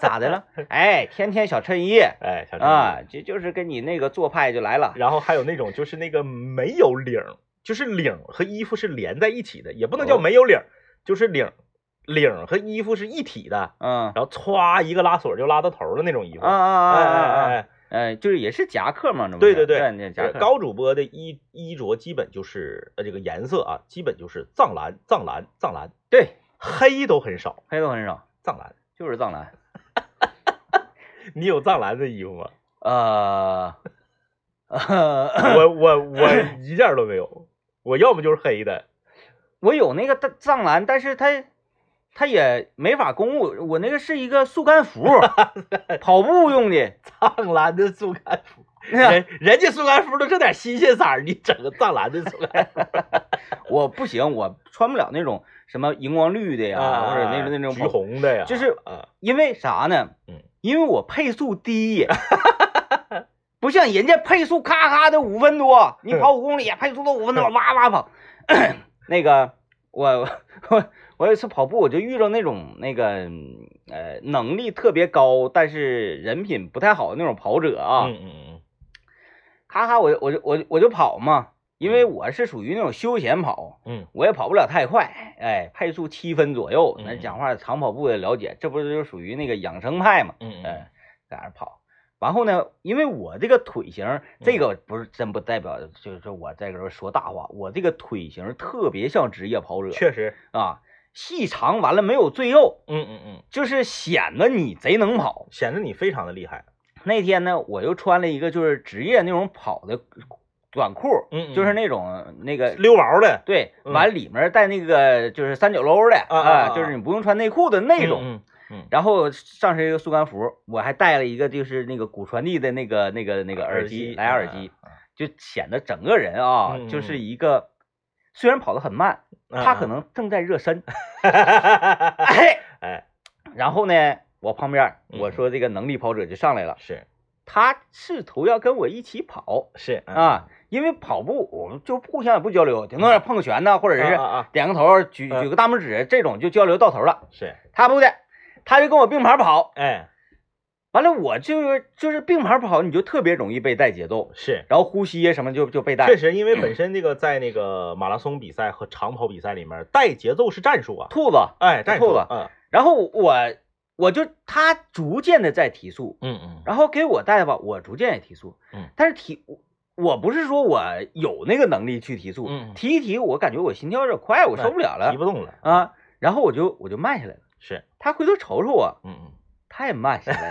Speaker 2: 咋的了？哎，天天小衬衣
Speaker 1: 哎，小陈
Speaker 2: 啊，这就是跟你那个做派就来了。
Speaker 1: 然后还有那种就是那个没有领儿，就是领儿和衣服是连在一起的，也不能叫
Speaker 2: 哦
Speaker 1: 没有领儿，就是领儿领儿和衣服是一体的，
Speaker 2: 嗯，
Speaker 1: 然后歘一个拉锁就拉到头的那种衣服。
Speaker 2: 啊啊
Speaker 1: 哎
Speaker 2: 啊
Speaker 1: 哎
Speaker 2: 啊啊！
Speaker 1: 哎
Speaker 2: 哎，就是也是夹克嘛，那不
Speaker 1: 对
Speaker 2: 是
Speaker 1: 对对
Speaker 2: 那夹
Speaker 1: 哎，
Speaker 2: 克。
Speaker 1: 高主播的衣衣着基本就是呃这个颜色啊，基本就是藏蓝、藏蓝、藏蓝，
Speaker 2: 对，
Speaker 1: 黑都很少，
Speaker 2: 黑头很少，
Speaker 1: 藏蓝。
Speaker 2: 就是藏蓝。
Speaker 1: 你有藏蓝的衣服 吗？
Speaker 2: 呃， 呃，
Speaker 1: 我我我一件都没有，我要么就是黑的，
Speaker 2: 我有那个大藏蓝，但是它它也没法公务，我那个是一个速 干服，跑步用的。
Speaker 1: 藏蓝的速干服，
Speaker 2: 哎
Speaker 1: 人人家速干服都整点新鲜色儿，你整个藏蓝的速 干服
Speaker 2: 我不行，我穿不了那种什么荧光绿的呀，啊或者那种那种
Speaker 1: 啊橘
Speaker 2: 跑，
Speaker 1: 红的呀，
Speaker 2: 就是
Speaker 1: 啊，
Speaker 2: 因为啥呢？
Speaker 1: 嗯，
Speaker 2: 因为我配速低。不像人家配速咔咔的五分多，
Speaker 1: 嗯
Speaker 2: 你跑五公里配速都五分多，哇哇跑。 那个我我我有一次跑步，我就遇到那种那个嗯呃能力特别高，但是人品不太好的那种跑者啊，
Speaker 1: 嗯嗯嗯
Speaker 2: 咔咔我就我就我就我就跑嘛，因为我是属于那种休闲跑，
Speaker 1: 嗯
Speaker 2: 我也跑不了太快，哎，配速七分左右。那
Speaker 1: 嗯
Speaker 2: 讲话长跑步的了解，这不是就属于那个养生派嘛？
Speaker 1: 嗯嗯嗯
Speaker 2: 哎，在那儿跑。然后呢，因为我这个腿型，
Speaker 1: 嗯
Speaker 2: 这个不是真不代表，就是说我在这儿说大话，我这个腿型特别像职业跑者，
Speaker 1: 确实，
Speaker 2: 啊，细长完了没有赘肉，
Speaker 1: 嗯嗯嗯，
Speaker 2: 就是显得你贼能跑。
Speaker 1: 显得你非常的厉害，
Speaker 2: 那天呢，我又穿了一个就是职业那种跑的短裤，
Speaker 1: 嗯嗯
Speaker 2: 就是那种那个
Speaker 1: 溜毛的
Speaker 2: 对，
Speaker 1: 嗯
Speaker 2: 完里面带那个就是三角搂的
Speaker 1: 啊啊啊
Speaker 2: 就是你不用穿内裤的那种。
Speaker 1: 嗯
Speaker 2: 然后上身一个速干服，我还带了一个就是那个骨传递的那个那个那
Speaker 1: 那
Speaker 2: 个耳机蓝牙耳机，，
Speaker 1: 啊
Speaker 2: 就显得整个人啊、
Speaker 1: 嗯嗯
Speaker 2: 就是一个虽然跑得很慢，
Speaker 1: 啊
Speaker 2: 他可能正在热身。
Speaker 1: 啊
Speaker 2: 哎，
Speaker 1: 哎
Speaker 2: 然后呢，我旁边
Speaker 1: 嗯
Speaker 2: 我说这个能力跑者就上来了，
Speaker 1: 是
Speaker 2: 他试图要跟我一起跑
Speaker 1: 是
Speaker 2: 啊，因为跑步我们就互相也不交流，顶多是碰个拳呐，或者是
Speaker 1: 啊啊啊
Speaker 2: 点个头，举
Speaker 1: 嗯
Speaker 2: 举个大拇指，这种就交流到头了。
Speaker 1: 是，
Speaker 2: 他不的，他就跟我并排跑，
Speaker 1: 哎
Speaker 2: 完了我就是就是并排跑，你就特别容易被带节奏，
Speaker 1: 是。
Speaker 2: 然后呼吸啊呀什么就就被带
Speaker 1: 确。实，因为本身这个在那个马拉松比赛和长跑比赛里面，带节奏是战术啊，
Speaker 2: 兔子，
Speaker 1: 哎，战术，
Speaker 2: 兔子
Speaker 1: 嗯
Speaker 2: 然后我我就他逐渐的在提速，
Speaker 1: 嗯嗯，
Speaker 2: 然后给我带吧，我逐渐也提速，
Speaker 1: 嗯，
Speaker 2: 但是提我不是说我有那个能力去提速，
Speaker 1: 嗯嗯
Speaker 2: 提一提我感觉我心跳有点快，我受不了
Speaker 1: 提
Speaker 2: 了
Speaker 1: 不动了，
Speaker 2: 啊，然后我就我就慢下来了。
Speaker 1: 是，
Speaker 2: 他回头瞅瞅我，
Speaker 1: 嗯嗯。
Speaker 2: 他也慢下来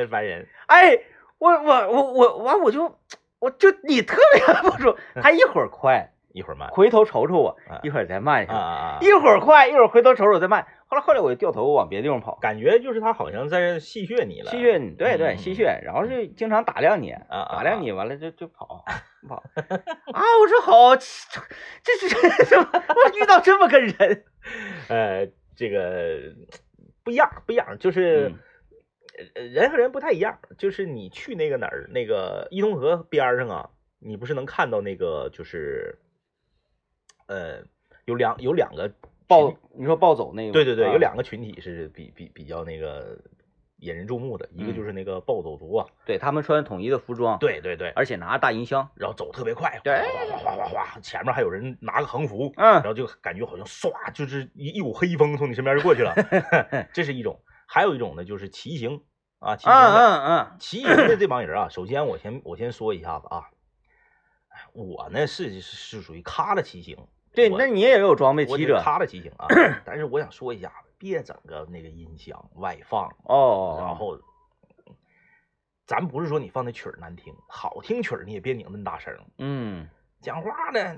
Speaker 2: 了，
Speaker 1: 烦人，
Speaker 2: 哎，我我我我完我就我就你特别 不舒服，他一会儿快，
Speaker 1: 一会儿慢
Speaker 2: 回头瞅瞅我
Speaker 1: 啊，
Speaker 2: 一会儿再慢
Speaker 1: 啊
Speaker 2: 下来，
Speaker 1: 啊啊！
Speaker 2: 一会儿快，一会儿回头瞅瞅再慢，后来后来我就掉头往别地方跑。
Speaker 1: 感觉就是他好像在这戏谑你了，
Speaker 2: 吸血你，对
Speaker 1: 嗯
Speaker 2: 对，吸血，然后就经常打量你，
Speaker 1: 啊啊
Speaker 2: 打量你，完了就就跑跑啊！我说好，这这这这，我遇到这么个人，
Speaker 1: 呃，这个不一样，不一样，就是
Speaker 2: 嗯。
Speaker 1: 呃人和人不太一样，就是你去那个哪儿，那个伊通河边儿上啊，你不是能看到那个就是，呃，有两有两个
Speaker 2: 暴，你说暴走那个吗，
Speaker 1: 对对对，
Speaker 2: 啊
Speaker 1: 有两个群体是比比比较那个引人注目的，一个就是那个暴走族啊，
Speaker 2: 对他们穿统一的服装，，
Speaker 1: 对对对，
Speaker 2: 而且拿大音箱，
Speaker 1: 然后走特别快，
Speaker 2: 对
Speaker 1: 哗哗哗哗哗，前面还有人拿个横幅，
Speaker 2: 嗯
Speaker 1: 然后就感觉好像唰，就是一一股黑风从你身边就过去 了， 这是一种，还有一种呢就是骑行啊，骑行
Speaker 2: 嗯
Speaker 1: 的。
Speaker 2: 嗯嗯，
Speaker 1: 骑行的这帮人啊，首先我先我先说一下子啊，哎我呢是是属于咔的骑行，
Speaker 2: 对，
Speaker 1: 我
Speaker 2: 那你也有装备
Speaker 1: 我
Speaker 2: 骑
Speaker 1: 是
Speaker 2: 者，
Speaker 1: 咔的骑行啊，但是我想说一下子，别整个那个音箱外放，然
Speaker 2: 哦，
Speaker 1: 后咱不是说你放的曲儿难听，好听曲儿你也别拧那么大声，
Speaker 2: 嗯，
Speaker 1: 讲话呢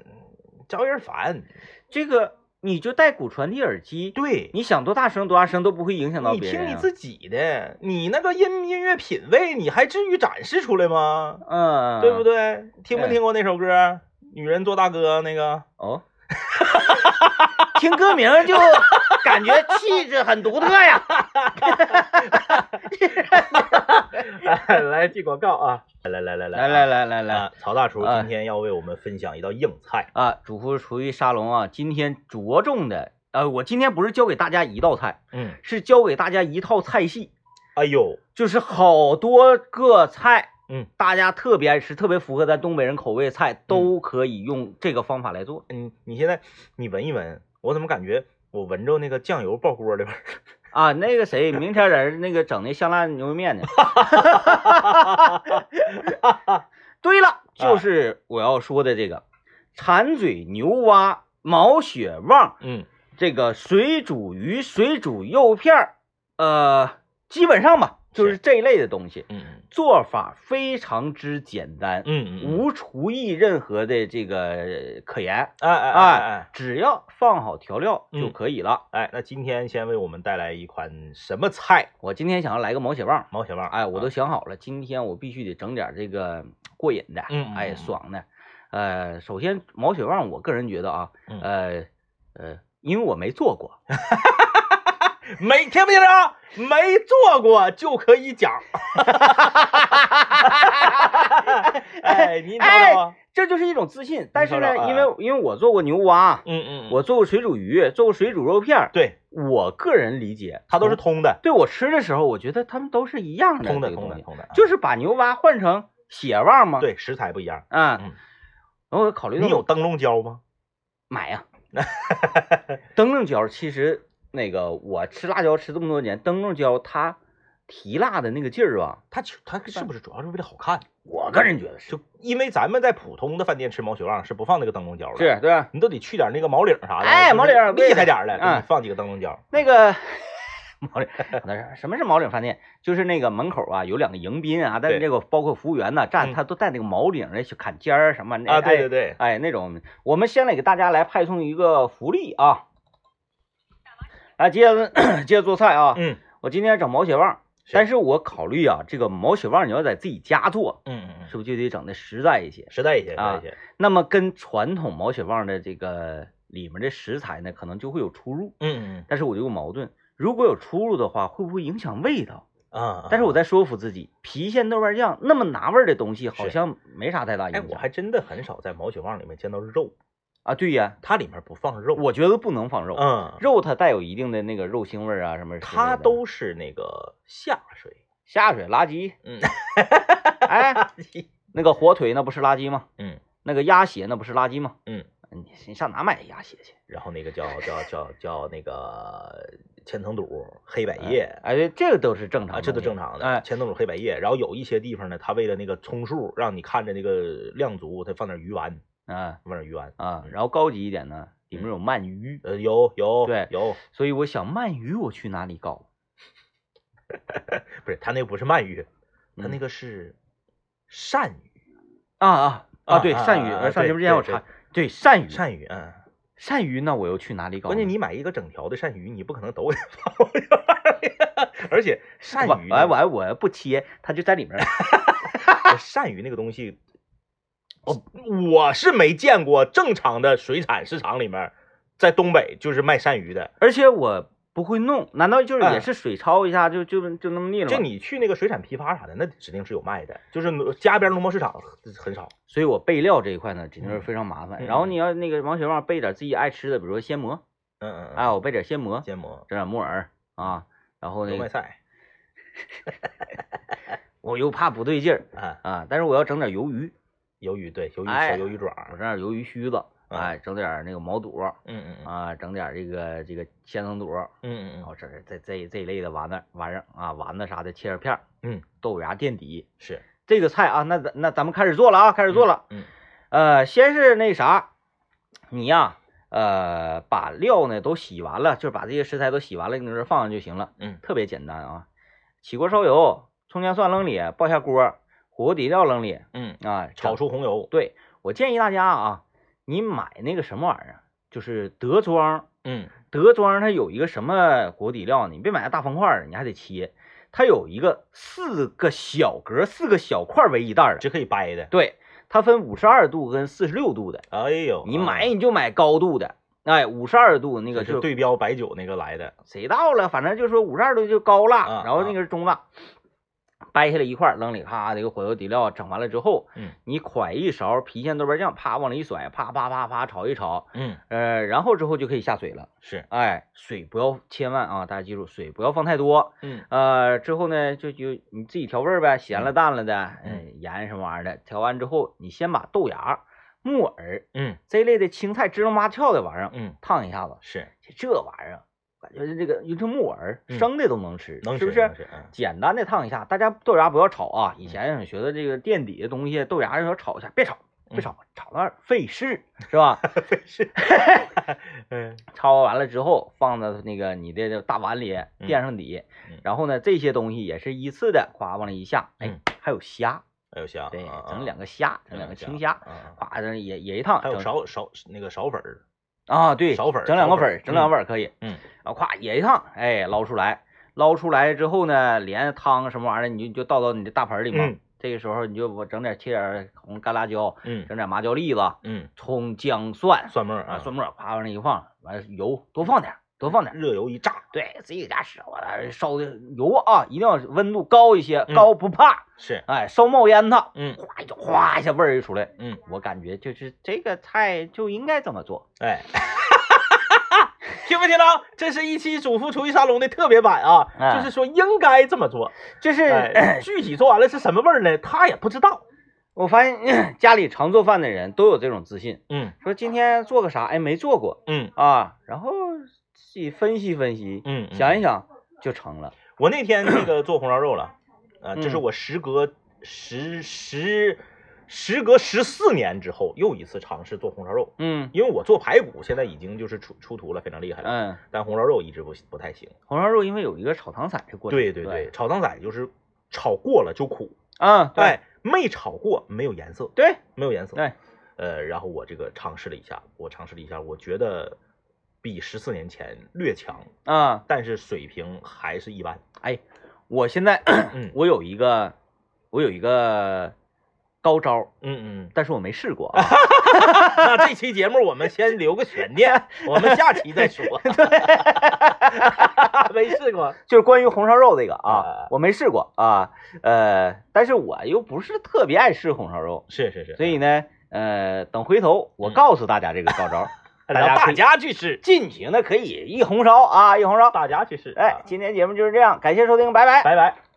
Speaker 1: 招人烦，
Speaker 2: 这个你就戴骨传递耳机，
Speaker 1: 对。
Speaker 2: 你想多大声多大声都不会影响到
Speaker 1: 你
Speaker 2: 别人
Speaker 1: 听
Speaker 2: 啊，
Speaker 1: 你自己的，你那个音音乐品味，你还至于展示出来吗？
Speaker 2: 嗯，
Speaker 1: 对不？啊对？听没
Speaker 2: 哎
Speaker 1: 听过那首歌《女人做大哥》那个？
Speaker 2: 哦，听歌名 就感觉气质很独特呀。
Speaker 1: 来 来记广告啊！来来来来
Speaker 2: 来来来来
Speaker 1: 来
Speaker 2: 来
Speaker 1: 啊！曹大厨
Speaker 2: 啊
Speaker 1: 今天要为我们分享一道硬菜，
Speaker 2: 啊！主妇厨艺沙龙啊，今天着重的呃，我今天不是教给大家一道菜，
Speaker 1: 嗯，
Speaker 2: 是教给大家一套菜系，
Speaker 1: 哎呦，
Speaker 2: 就是好多个菜，
Speaker 1: 嗯，
Speaker 2: 大家特别爱吃，特别符合咱东北人口味的菜，都可以用这个方法来做
Speaker 1: 你嗯你现在你闻一闻，我怎么感觉我闻着那个酱油爆锅的味儿？
Speaker 2: 啊。那个谁，明天在那个整那香辣牛肉面 呢？对
Speaker 1: 啊
Speaker 2: 了，就是我要说的这个馋嘴牛蛙、毛血旺、
Speaker 1: 嗯，
Speaker 2: 这个水煮鱼、水煮肉片儿，呃，基本上吧，就是这一类的东西，
Speaker 1: 嗯
Speaker 2: 做法非常之简单，
Speaker 1: 嗯嗯，
Speaker 2: 无厨艺任何的这个可言，
Speaker 1: 哎哎哎
Speaker 2: 哎
Speaker 1: 哎，
Speaker 2: 只要放好调料就
Speaker 1: 嗯
Speaker 2: 可以了。
Speaker 1: 哎，那今天先为我们带来一款什么菜？
Speaker 2: 我今天想要来个毛血旺，
Speaker 1: 毛血旺，啊
Speaker 2: 哎，我都想好了，今天我必须得整点这个过瘾的，
Speaker 1: 嗯嗯
Speaker 2: 哎，
Speaker 1: 嗯
Speaker 2: 爽的。呃，首先毛血旺，我个人觉得啊，
Speaker 1: 嗯
Speaker 2: 呃呃，因为我没做过，
Speaker 1: 没听没听着？啊没做过就可以 讲。哎，你找找啊，
Speaker 2: 这就是一种自信。但是
Speaker 1: 你说说
Speaker 2: 呢，
Speaker 1: 啊
Speaker 2: 因为因为我做过牛蛙，
Speaker 1: 嗯嗯，嗯
Speaker 2: 我做过水煮鱼，做过水煮肉片儿，
Speaker 1: 对
Speaker 2: 我个人理解，
Speaker 1: 它都是通的，
Speaker 2: 对我吃的时候，我觉得它们都是一样的
Speaker 1: 通的
Speaker 2: 这个
Speaker 1: 通
Speaker 2: 东
Speaker 1: 的
Speaker 2: 西，
Speaker 1: 通的，啊
Speaker 2: 就是把牛蛙换成血旺嘛。，
Speaker 1: 对食材不一样。
Speaker 2: 啊，
Speaker 1: 嗯
Speaker 2: 然后我考虑到
Speaker 1: 你有灯笼椒吗？
Speaker 2: 买 呀、灯笼椒其实那个我吃辣椒吃这么多年，灯笼椒它提辣的那个劲儿吧，
Speaker 1: 它其它是不是主要是为了好看？
Speaker 2: 我个人觉得是
Speaker 1: 就因为咱们在普通的饭店吃毛血旺是不放那个灯笼椒的，
Speaker 2: 是对啊吧？
Speaker 1: 你都得去点那个毛领啥的，
Speaker 2: 哎
Speaker 1: 就是
Speaker 2: 毛领儿对
Speaker 1: 厉
Speaker 2: 的
Speaker 1: 害点儿的，给你
Speaker 2: 嗯
Speaker 1: 放几个灯笼椒。
Speaker 2: 那个 毛 领，那是什么是毛领饭店？就是那个门口啊有两个迎宾啊，但是
Speaker 1: 对
Speaker 2: 这个包括服务员呐、站，
Speaker 1: 嗯
Speaker 2: 他都带那个毛领的去砍尖儿什么那
Speaker 1: 啊，对对
Speaker 2: 对，
Speaker 1: 对，
Speaker 2: 哎那种，我们先来给大家来派送一个福利啊。来，接着 接着做菜啊！
Speaker 1: 嗯
Speaker 2: 我今天整毛血旺，
Speaker 1: 是
Speaker 2: 但是我考虑啊，这个毛血旺你要在自己家做，
Speaker 1: 嗯嗯嗯，
Speaker 2: 是不是就得整的实在一些？
Speaker 1: 实在一些，实在
Speaker 2: 啊
Speaker 1: 一些，
Speaker 2: 那么跟传统毛血旺的这个里面的食材呢，可能就会有出入。
Speaker 1: 嗯嗯嗯，
Speaker 2: 但是我就有个矛盾，如果有出入的话，会不会影响味道？
Speaker 1: 啊，
Speaker 2: 但是我
Speaker 1: 在
Speaker 2: 在说服自己，郫县豆瓣酱那么拿味儿的东西，好
Speaker 1: 是
Speaker 2: 像没啥太大影
Speaker 1: 哎，
Speaker 2: 响。
Speaker 1: 我还真的很少在毛血旺里面见到肉，
Speaker 2: 啊，对呀，
Speaker 1: 它里面不放肉，
Speaker 2: 我觉得不能放肉，
Speaker 1: 嗯，
Speaker 2: 肉它带有一定的那个肉腥味儿啊，什么之类的
Speaker 1: 它都是那个下水，
Speaker 2: 下水垃圾。
Speaker 1: 嗯，
Speaker 2: 哎，那个火腿那不是垃圾吗？
Speaker 1: 嗯，
Speaker 2: 那个鸭血那不是垃圾吗？
Speaker 1: 嗯，
Speaker 2: 你你上哪买鸭血去？
Speaker 1: 然后那个叫叫叫叫那个千层肚、黑百叶。
Speaker 2: 哎，对这个都是正常
Speaker 1: 啊，
Speaker 2: 的，
Speaker 1: 这都正常的。
Speaker 2: 哎，
Speaker 1: 千层肚、黑百叶，然后有一些地方呢，它为了那个充数，让你看着那个量足，它放点鱼丸，
Speaker 2: 啊
Speaker 1: 放点鱼丸。
Speaker 2: 啊，然后高级一点呢，里面有鳗鱼，
Speaker 1: 呃，有有
Speaker 2: 对
Speaker 1: 有，
Speaker 2: 所以我想鳗鱼我去哪里搞？
Speaker 1: 不是，它那不是鳗鱼，它那
Speaker 2: 嗯
Speaker 1: 个是鳝鱼，
Speaker 2: 啊啊
Speaker 1: 啊
Speaker 2: 对，
Speaker 1: 啊
Speaker 2: 鳝鱼，
Speaker 1: 啊啊
Speaker 2: 呃上
Speaker 1: 对
Speaker 2: 节目之前我
Speaker 1: 对
Speaker 2: 查，对鳝鱼，
Speaker 1: 鳝鱼，嗯，
Speaker 2: 鳝鱼那我又去哪里搞呢？
Speaker 1: 关键你买一个整条的鳝鱼，你不可能都给放我这玩意儿 而且鳝鱼呢，
Speaker 2: 我哎 我还我还不切，它就在里面儿。
Speaker 1: 鳝鱼那个东西，我我是没见过正常的水产市场里面，在东北就是卖鳝鱼的。
Speaker 2: 而且我不会弄，难道就是也
Speaker 1: 哎
Speaker 2: 是水焯一下就就就那么腻了吗？
Speaker 1: 就你去那个水产批发啥的，那指定是有卖的，就是农家边农贸市场很少。
Speaker 2: 所以我备料这一块呢，指定是
Speaker 1: 嗯
Speaker 2: 非常麻烦。
Speaker 1: 嗯
Speaker 2: 然后
Speaker 1: 嗯
Speaker 2: 你要那个王学旺备点自己爱吃的，比如说鲜蘑，
Speaker 1: 嗯嗯
Speaker 2: 啊，我备点鲜蘑，
Speaker 1: 嗯，煎蘑、
Speaker 2: 整点木耳啊，然后
Speaker 1: 油
Speaker 2: 那
Speaker 1: 麦
Speaker 2: 个
Speaker 1: 菜，
Speaker 2: 我又怕不对劲儿
Speaker 1: 啊，
Speaker 2: 啊，但是我要整点鱿鱼，
Speaker 1: 鱿鱼对，鱿鱼
Speaker 2: 哎
Speaker 1: 小鱿鱼爪
Speaker 2: 我整
Speaker 1: 儿，
Speaker 2: 点鱿鱼须子，
Speaker 1: 嗯
Speaker 2: 哎，整点那个毛肚
Speaker 1: 嗯嗯嗯
Speaker 2: 啊，整点这个这个千层肚，然
Speaker 1: 嗯嗯嗯，
Speaker 2: 后这这这这一类的丸子玩意儿啊，丸子啥的切成片儿，
Speaker 1: 嗯，
Speaker 2: 豆腐芽垫底。
Speaker 1: 是
Speaker 2: 这个菜啊，那咱那咱们开始做了啊，开始做了。
Speaker 1: 嗯
Speaker 2: 呃，先是那啥，你呀、呃，把料呢都洗完了，就是把这些食材都洗完了，你搁这放上就行了，
Speaker 1: 嗯
Speaker 2: 特别简单啊。起锅烧油，葱姜蒜扔里，爆下锅，火锅底料扔里
Speaker 1: 嗯，
Speaker 2: 啊，
Speaker 1: 炒出
Speaker 2: 出。
Speaker 1: 红油，
Speaker 2: 对我建议大家啊，你买那个什么玩意儿，啊就是德庄，
Speaker 1: 嗯
Speaker 2: 德庄它有一个什么锅底料，你别买那大方块儿，你还得切，它有一个四个小格，四个小块儿为一袋儿的，
Speaker 1: 这可以掰的。
Speaker 2: 对，它分五十二度跟四十六度的。
Speaker 1: 哎呦，
Speaker 2: 你
Speaker 1: 啊
Speaker 2: 买你就买高度的，哎，五十二度那
Speaker 1: 这
Speaker 2: 个
Speaker 1: 是
Speaker 2: 就
Speaker 1: 对标白酒那个来的，
Speaker 2: 谁到了，反正就说五十二度就高
Speaker 1: 啊
Speaker 2: 辣，然后那
Speaker 1: 啊
Speaker 2: 个是中辣，掰下来一块儿扔里，咔，这个火油底料整完了之后，
Speaker 1: 嗯，
Speaker 2: 你㧟一勺郫县豆瓣酱，啪往里一甩，啪啪啪啪炒一炒，
Speaker 1: 嗯，
Speaker 2: 呃，然后之后就可以下水了。
Speaker 1: 是，
Speaker 2: 哎，水不要，千万啊，大家记住，水不要放太多。
Speaker 1: 嗯
Speaker 2: 呃，之后呢，就就你自己调味儿呗，咸了淡了的，哎，
Speaker 1: 嗯
Speaker 2: 盐什么玩意儿的，调完之后，你先把豆芽、木耳
Speaker 1: 嗯
Speaker 2: 这一类的青菜支棱八翘的玩意儿，
Speaker 1: 嗯，
Speaker 2: 烫一下子，
Speaker 1: 是
Speaker 2: 这玩意儿感觉这个云春木耳
Speaker 1: 嗯
Speaker 2: 生的都能吃，
Speaker 1: 能
Speaker 2: 是
Speaker 1: 吃
Speaker 2: 不是
Speaker 1: 能？吃嗯
Speaker 2: 简单的烫一下，大家豆芽不要炒啊。以前想学的这个垫底的东西，豆芽要炒一下，别炒，
Speaker 1: 嗯
Speaker 2: 别炒，炒那儿费事是吧？
Speaker 1: 嗯
Speaker 2: 焯完了之后放到那个你的大碗里垫上底
Speaker 1: 嗯，
Speaker 2: 然后呢这些东西也是依次的，夸往里一下，哎
Speaker 1: 嗯，
Speaker 2: 还有虾，
Speaker 1: 还有虾，
Speaker 2: 对
Speaker 1: 啊，
Speaker 2: 整
Speaker 1: 啊
Speaker 2: 两个虾，整
Speaker 1: 整
Speaker 2: 两
Speaker 1: 个
Speaker 2: 个青虾，
Speaker 1: 啊啊
Speaker 2: 夸整也也一烫，
Speaker 1: 还有
Speaker 2: 整
Speaker 1: 勺勺那个勺粉儿，
Speaker 2: 啊，对，
Speaker 1: 少粉儿
Speaker 2: 整两
Speaker 1: 少
Speaker 2: 个
Speaker 1: 粉
Speaker 2: 粉
Speaker 1: 儿
Speaker 2: 儿，整两个粉儿可以。
Speaker 1: 嗯，
Speaker 2: 啊，咵也一烫，哎，捞出来，捞出来之后呢，连汤什么玩意儿，你就就倒到你的大盆里嘛。
Speaker 1: 嗯
Speaker 2: 这个时候你就我整点切点红干辣椒，
Speaker 1: 嗯
Speaker 2: 整点麻椒粒子、
Speaker 1: 嗯，
Speaker 2: 葱、姜、蒜
Speaker 1: 蒜末儿
Speaker 2: 啊，
Speaker 1: 啊，
Speaker 2: 蒜末儿啪往那一放，完了油多放点儿，多放点儿。
Speaker 1: 热油一炸，
Speaker 2: 对自己家吃，我来烧的油啊，一定要温度高一些，
Speaker 1: 嗯
Speaker 2: 高不怕，
Speaker 1: 是，
Speaker 2: 哎，烧冒烟它，
Speaker 1: 嗯
Speaker 2: 哗一就哗一下味儿一出来，
Speaker 1: 嗯，
Speaker 2: 我感觉就是这个菜就应该这么做。
Speaker 1: 哎。 听没听到？这是一期主妇厨艺沙龙的特别版啊，
Speaker 2: 哎
Speaker 1: 就是说应该这么做。
Speaker 2: 就是、
Speaker 1: 哎，具体做完了是什么味儿呢？他也不知道。
Speaker 2: 我发现 家里常做饭的人都有这种自信，
Speaker 1: 嗯
Speaker 2: 说今天做个啥，哎，没做过
Speaker 1: 嗯
Speaker 2: 啊，然后自己分析分析，
Speaker 1: 嗯，嗯
Speaker 2: 想一想就成了。
Speaker 1: 我那天那个做红烧肉了，呃，这是
Speaker 2: 嗯
Speaker 1: 我时隔十十时隔十四年之后又一次尝试做红烧肉，
Speaker 2: 嗯
Speaker 1: 因为我做排骨现在已经就是出出图了，非常厉害了，
Speaker 2: 嗯，
Speaker 1: 但红烧肉一直不不太行。
Speaker 2: 红烧肉因为有一个炒糖色的过程，
Speaker 1: 对
Speaker 2: 对
Speaker 1: 对对，，炒糖仔就是炒过了就苦，
Speaker 2: 啊，对
Speaker 1: 哎，没炒过没有颜色，
Speaker 2: 对，
Speaker 1: 没有颜色。
Speaker 2: 对，
Speaker 1: 呃，然后我这个尝试了一下，我尝试了一下，我觉得比十四年前略强，
Speaker 2: 啊，
Speaker 1: 但是水平还是一般。
Speaker 2: 哎，我现在
Speaker 1: 嗯
Speaker 2: 我有一个我有一个高招，
Speaker 1: 嗯嗯，
Speaker 2: 但是我没试过啊。
Speaker 1: 那这期节目我们先留个悬 念，我们下期再说。 没试过
Speaker 2: 就是关于红烧肉这个啊
Speaker 1: 啊，
Speaker 2: 我没试过啊，呃，但是我又不是特别爱吃红烧肉，
Speaker 1: 是是是，
Speaker 2: 所以呢，呃，等回头我
Speaker 1: 嗯
Speaker 2: 告诉大家这个高招，
Speaker 1: 让
Speaker 2: 大家可
Speaker 1: 大
Speaker 2: 以
Speaker 1: 家去试，
Speaker 2: 尽情的可以一红烧啊，一红烧。
Speaker 1: 大家去试，
Speaker 2: 哎
Speaker 1: 啊，
Speaker 2: 今天节目就是这样，感谢收听，拜拜。
Speaker 1: 拜拜。